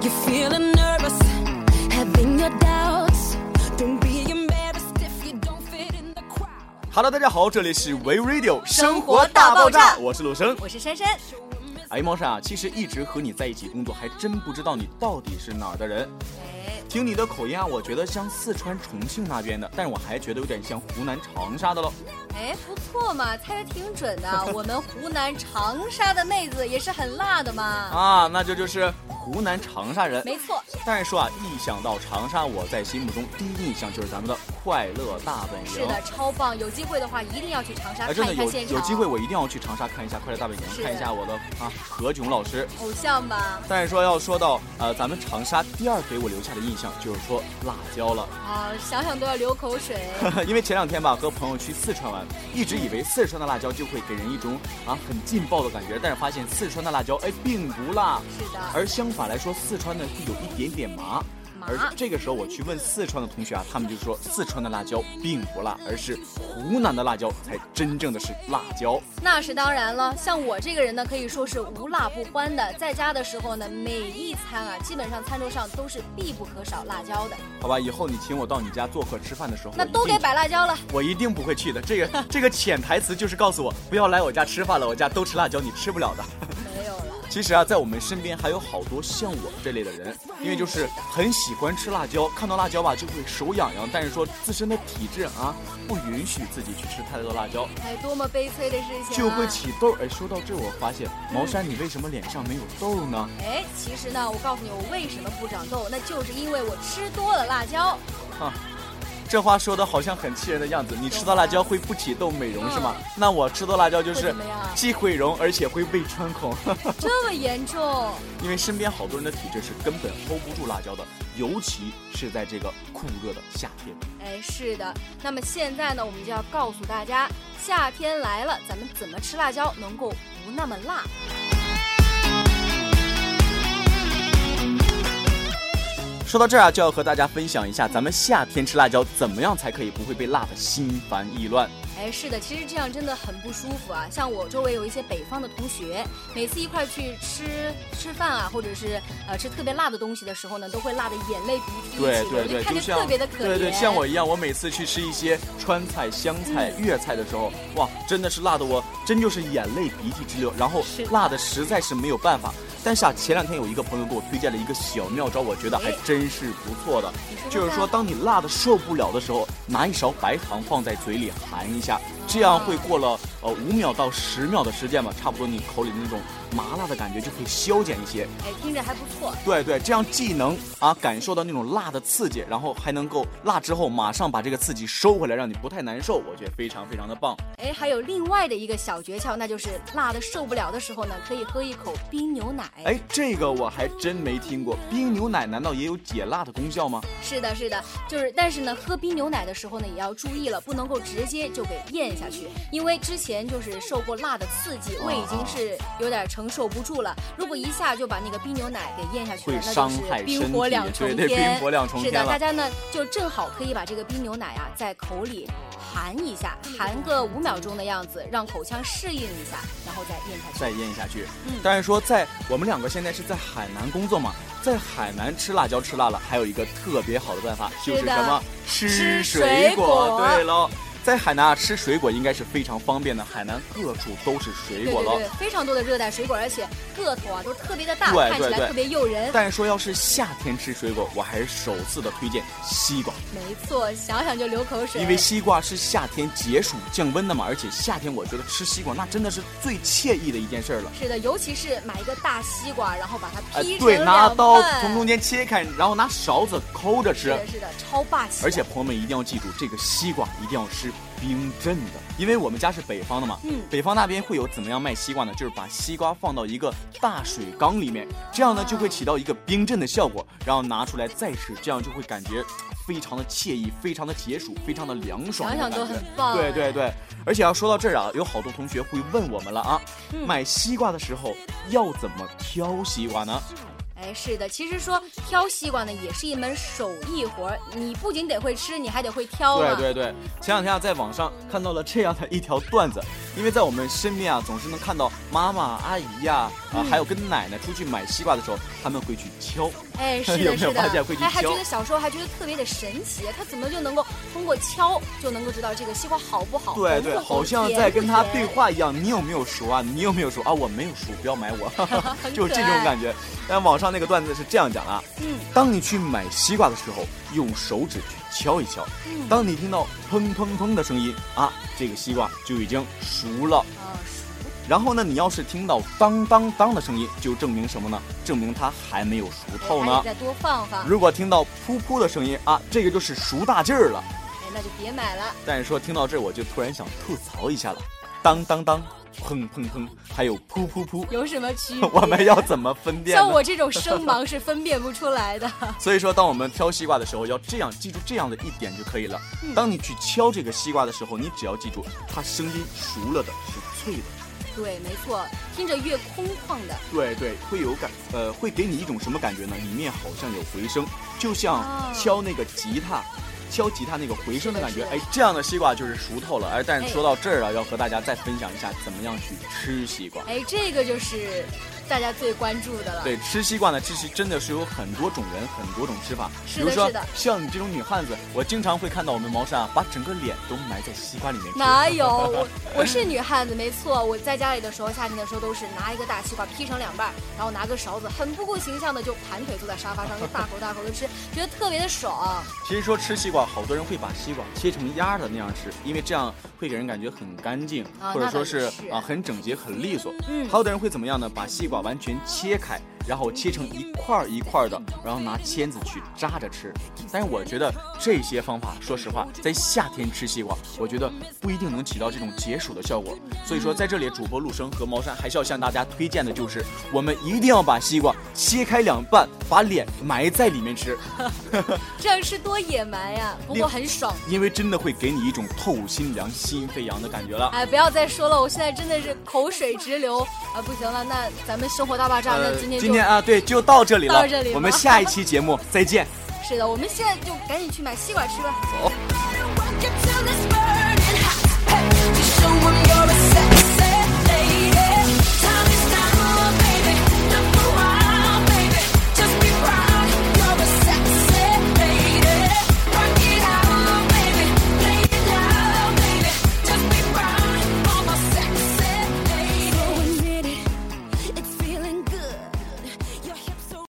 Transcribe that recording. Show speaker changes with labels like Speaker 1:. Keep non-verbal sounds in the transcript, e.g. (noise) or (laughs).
Speaker 1: You're feeling nervous, having your doubts. Don't be embarrassed if you don't fit in the crowd.
Speaker 2: Hello，大家好，这里是维 Radio
Speaker 3: 生活大爆炸
Speaker 2: 我是陆生。
Speaker 3: 我是珊珊，
Speaker 2: 哎，猫啊，其实一直和你在一起工作，还真不知道你到底是哪儿的人。
Speaker 3: 哎，
Speaker 2: 听你的口音啊，我觉得像四川重庆那边的，但是我还觉得有点像湖南长沙的喽。
Speaker 3: 哎，不错嘛，猜的挺准的。 (laughs) 我们湖南长沙的妹子也是很辣
Speaker 2: (laughs)
Speaker 3: 的嘛。
Speaker 2: 啊，那这就是湖南长沙人。
Speaker 3: 没错，
Speaker 2: 但是说啊，一想到长沙，我在心目中第一印象就是咱们的快乐大本
Speaker 3: 是
Speaker 2: 营。
Speaker 3: 的，超棒！有机会的话，一定要去长沙
Speaker 2: 哎，真
Speaker 3: 看
Speaker 2: 的
Speaker 3: 一
Speaker 2: 有
Speaker 3: 看现场。
Speaker 2: 有机会，我一定要去长沙看一下快乐大本营，
Speaker 3: 是的
Speaker 2: 看一下我的啊何炅老师。
Speaker 3: 偶像吧？
Speaker 2: 但是说要说到呃，咱们长沙第二给我留下的印象就是说辣椒了， (laughs)
Speaker 3: 啊，想想都要流口水。
Speaker 2: 因为前两天吧和朋友去四川玩，一直以为四川的辣椒就会给人一种啊很劲爆的感觉，但是发现四川的辣椒哎并不辣，
Speaker 3: 是的，
Speaker 2: 而相反来说四川呢会有一点点麻。
Speaker 3: 麻
Speaker 2: 而这个时候我去问四川的同学啊，他们就说四川的辣椒并不辣，而是湖南的辣椒才真正的是辣椒。
Speaker 3: 那是当然了。像我这个人呢，可以说是无辣不欢的。在家的时候呢，每一餐啊，基本上餐桌上都是必不可少辣椒的。
Speaker 2: 好吧，以后你请我到你家做客吃饭的时候，
Speaker 3: 那
Speaker 2: 我一
Speaker 3: 都
Speaker 2: 定
Speaker 3: 给摆辣椒了。
Speaker 2: 我一定不会去的。这个这个潜台词就是告诉我，不要来我家吃饭了，我家都吃辣椒，你吃不了的。
Speaker 3: 没有了。
Speaker 2: 其实啊，在我们身边还有好多像我这类的人，因为就是很喜欢吃辣椒，看到辣椒吧就会手痒痒，但是说自身的体质啊不允许自己去吃太多辣椒，
Speaker 3: 哎，多么悲催的事情、啊！
Speaker 2: 就会起痘儿。哎，说到这，我发现毛山，你为什么脸上没有痘呢？
Speaker 3: 哎，其实呢，我告诉你，我为什么不长痘，那就是因为我吃多了
Speaker 2: (laughs)
Speaker 3: 辣椒。
Speaker 2: 这话说的好像很气人的样子。你吃到辣椒会不起痘美容是吗
Speaker 3: 嗯？
Speaker 2: 那我吃到辣椒就
Speaker 3: 会
Speaker 2: 是
Speaker 3: 怎么样啊
Speaker 2: 既毁容而且会胃穿孔。
Speaker 3: 这么严重？
Speaker 2: 因为身边好多人的体质是根本 hold 不住辣椒的，尤其是在这个酷热的夏天。
Speaker 3: 哎，是的。那么现在呢，我们就要告诉大家，夏天来了，咱们怎么吃辣椒能够不那么辣？
Speaker 2: 说到这儿啊，就要和大家分享一下，咱们夏天吃辣椒怎么样才可以不会被辣得心烦意乱。
Speaker 3: 哎，是的，其实这样真的很不舒服啊。像我周围有一些北方的同学，每次一块去吃吃饭啊，或者是呃吃特别辣的东西的时候呢，都会辣得眼泪鼻涕一起
Speaker 2: 对
Speaker 3: 流，
Speaker 2: 对对，
Speaker 3: 就看
Speaker 2: 就
Speaker 3: 着
Speaker 2: 像
Speaker 3: 特别的可怜。
Speaker 2: 对对，像我一样，我每次去吃一些川菜、湘菜、
Speaker 3: 嗯
Speaker 2: 粤菜的时候，哇，真的是辣的我真就是眼泪鼻涕直流，然后
Speaker 3: 是
Speaker 2: 辣的实在是没有办法。但是啊，前两天有一个朋友给我推荐了一个小妙招，我觉得还
Speaker 3: 哎
Speaker 2: 真是不错的
Speaker 3: 你，说说
Speaker 2: 就是说，当你辣的受不了的时候，拿一勺白糖放在嘴里含一下，这样
Speaker 3: 啊
Speaker 2: 会过了呃五秒到十秒的时间吧，差不多你口里的那种麻辣的感觉就会消减一些。
Speaker 3: 哎，听着还不错。
Speaker 2: 对对，这样既能啊感受到那种辣的刺激，然后还能够辣之后马上把这个刺激收回来，让你不太难受，我觉得非常非常的棒。
Speaker 3: 哎，还有另外的一个小诀窍，那就是辣的受不了的时候呢，可以喝一口冰牛奶。
Speaker 2: 哎，这个我还真没听过，冰牛奶难道也有解辣的功效吗？
Speaker 3: 是的，是的，就是，但是呢，喝冰牛奶的时候呢，也要注意了，不能够直接就给咽下去，因为之前就是受过辣的刺激，胃已经是有点承受不住了。如果一下就把那个冰牛奶给咽下去了，
Speaker 2: 会
Speaker 3: 那
Speaker 2: 伤
Speaker 3: 就
Speaker 2: 害
Speaker 3: 是
Speaker 2: 身
Speaker 3: 冰火
Speaker 2: 体
Speaker 3: 两重天。
Speaker 2: 对对冰火两重
Speaker 3: 是
Speaker 2: 天
Speaker 3: 的，
Speaker 2: 了
Speaker 3: 大家呢就正好可以把这个冰牛奶啊在口里含一下，含个五秒钟的样子，让口腔适应一下，然后再咽下去。
Speaker 2: 再咽下去。
Speaker 3: 嗯
Speaker 2: 但是说在我们两个现在是在海南工作嘛，在海南吃辣椒吃辣了，还有一个特别好的办法，就是
Speaker 3: 是的
Speaker 2: 什么
Speaker 3: 吃
Speaker 2: 水
Speaker 3: 水果
Speaker 2: 对喽，在海南啊吃水果应该是非常方便的，海南各处都是水
Speaker 3: 对
Speaker 2: 果
Speaker 3: 对
Speaker 2: 喽。
Speaker 3: 对，非常多的热带水果，而且个头啊都特别的大，
Speaker 2: 对
Speaker 3: 看起
Speaker 2: 对对
Speaker 3: 来特别诱 (laughs) 人。
Speaker 2: 但是说要是夏天吃水果，我还是首次的推荐西瓜，
Speaker 3: 没错，想想就流口水。
Speaker 2: 因为西瓜是夏天解暑降温的嘛，而且夏天我觉得吃西瓜那真的是最惬意的一件事儿了。
Speaker 3: 是的，尤其是买一个大西瓜，然后把它
Speaker 2: 哎
Speaker 3: 劈，成
Speaker 2: 对，
Speaker 3: 两
Speaker 2: 拿
Speaker 3: 半
Speaker 2: 刀从中间切开，然后拿勺子抠着
Speaker 3: 是
Speaker 2: 吃。
Speaker 3: 的，是的，超霸气的。
Speaker 2: 而
Speaker 3: 啊
Speaker 2: 且朋友们一定要记住，这个西瓜一定要吃冰镇的，因为我们家是北方的嘛。
Speaker 3: 嗯
Speaker 2: 北方那边会有怎么样卖西瓜呢？就是把西瓜放到一个大水缸里面，这样呢就会起到一个冰镇的效果，然后拿出来再吃，这样就会感觉非常的惬意，非常的解暑，非常的凉爽的感
Speaker 3: 想想
Speaker 2: 觉。
Speaker 3: 都很棒。
Speaker 2: 对对对，而且要说到这儿啊，有好多同学会问我们了啊，
Speaker 3: 嗯
Speaker 2: 买西瓜的时候要怎么挑西瓜呢？
Speaker 3: 哎，是的，其实说挑西瓜呢，也是一门手艺活儿，你不仅得会吃，你还得会挑嘛。
Speaker 2: 对对对，前两天啊，在网上看到了这样的一条段子，因为在我们身边啊，总是能看到妈妈、阿姨呀、啊，
Speaker 3: 嗯
Speaker 2: 还有跟奶奶出去买西瓜的时候，他们会去敲。
Speaker 3: 哎，是
Speaker 2: (laughs) 有
Speaker 3: 的，
Speaker 2: 没有
Speaker 3: 是
Speaker 2: 发现
Speaker 3: 的
Speaker 2: 会，去
Speaker 3: 哎，还
Speaker 2: 敲
Speaker 3: 觉得小时候还觉得特别的神奇，他怎么就能够通过敲就能够知道这个西瓜好不好？
Speaker 2: 对
Speaker 3: 红
Speaker 2: 对，
Speaker 3: 不红
Speaker 2: 好像
Speaker 3: 甜
Speaker 2: 在
Speaker 3: 不
Speaker 2: 跟他
Speaker 3: 甜
Speaker 2: 对话一样。你有没有熟啊？你有没有熟啊？我没有熟，不要买
Speaker 3: (laughs)
Speaker 2: 我，就是这种感觉。但网上那个段子是这样讲的啊，
Speaker 3: 嗯
Speaker 2: 当你去买西瓜的时候，用手指去敲一敲，
Speaker 3: 嗯，
Speaker 2: 当你听到砰砰砰的声音啊，这个西瓜就已经熟了。
Speaker 3: 啊熟
Speaker 2: 然后呢，你要是听到当当当的声音，就证明什么呢？证明它还没有熟透
Speaker 3: 还
Speaker 2: 呢
Speaker 3: 得。再多放放，
Speaker 2: 如果听到噗噗的声音啊，这个就是熟大劲儿了。
Speaker 3: 哎那就别买了。
Speaker 2: 但是说听到这儿，我就突然想吐槽一下了，当当当，砰砰砰，还有噗噗噗，
Speaker 3: (laughs)
Speaker 2: (laughs)
Speaker 3: 有什么区别？
Speaker 2: 我们要怎么分辨
Speaker 3: (laughs) 像
Speaker 2: 呢
Speaker 3: 我？这种生盲是分辨不出来 (laughs) 的。
Speaker 2: 所以说，当我们挑西瓜的时候，要这样记住这样的一点就可以了。
Speaker 3: 嗯
Speaker 2: 当你去敲这个西瓜的时候，你只要记住它声音熟了的是脆的，
Speaker 3: 对，没错，听着越空旷的，
Speaker 2: 对对，会有感，呃，会给你一种什么感觉呢？里面好像有回声，就
Speaker 3: 哦
Speaker 2: 像敲那个吉他。敲吉他那个回声的感觉，
Speaker 3: 是的
Speaker 2: 哎
Speaker 3: 是的，
Speaker 2: 这样的西瓜就是熟透了。哎，但是
Speaker 3: 哎
Speaker 2: 说到这儿啊，要和大家再分享一下怎么样去吃西瓜。
Speaker 3: 哎，这个就是大家最关注的了。
Speaker 2: 对，吃西瓜呢，其实真的是有很多种人，很多种吃法。
Speaker 3: 是
Speaker 2: 比
Speaker 3: 的
Speaker 2: 如说
Speaker 3: 是的
Speaker 2: 像你这种女汉子，我经常会看到我们毛山啊，把整个脸都埋在西瓜里面吃。
Speaker 3: 哪 (laughs) 有我？我是女汉子，没错。我在家里的时候，夏天的时候都是拿一个大西瓜劈成两半儿，然后拿个勺子，很不顾形象的就盘腿坐在沙发上，就大口大口的吃，觉得特别的爽。
Speaker 2: 其实说吃西瓜，好多人会把西瓜切成丫的那样吃，因为这样会给人感觉很干净，
Speaker 3: 啊
Speaker 2: 或者说
Speaker 3: 那
Speaker 2: 是
Speaker 3: 倒是
Speaker 2: 啊很整洁、很利索。
Speaker 3: 嗯
Speaker 2: 还有的人会怎么样呢？把西瓜完全切开，然后切成一块儿一块儿的，然后拿签子去扎着吃。但是我觉得这些方法，说实话，在夏天吃西瓜，我觉得不一定能起到这种解暑的效果。所以说，在这里主播陆生和毛山还是要向大家推荐的就是，我们一定要把西瓜切开两半，把脸埋在里面吃。
Speaker 3: 这样吃多野蛮呀！不
Speaker 2: 另
Speaker 3: 过很爽。
Speaker 2: 因为真的会给你一种透心凉、心飞扬的感觉了。
Speaker 3: 哎，不要再说了，我现在真的是口水直流啊！不行了，那咱们生活大爆炸，哎那今天就
Speaker 2: 今天啊，对，就到这里了，
Speaker 3: 到这里吧
Speaker 2: 我们下一期节目再见。
Speaker 3: 是的，我们现在就赶紧去买西瓜吃吧。
Speaker 1: Work until it's burning hot. Hey, just show 'em you're a savage.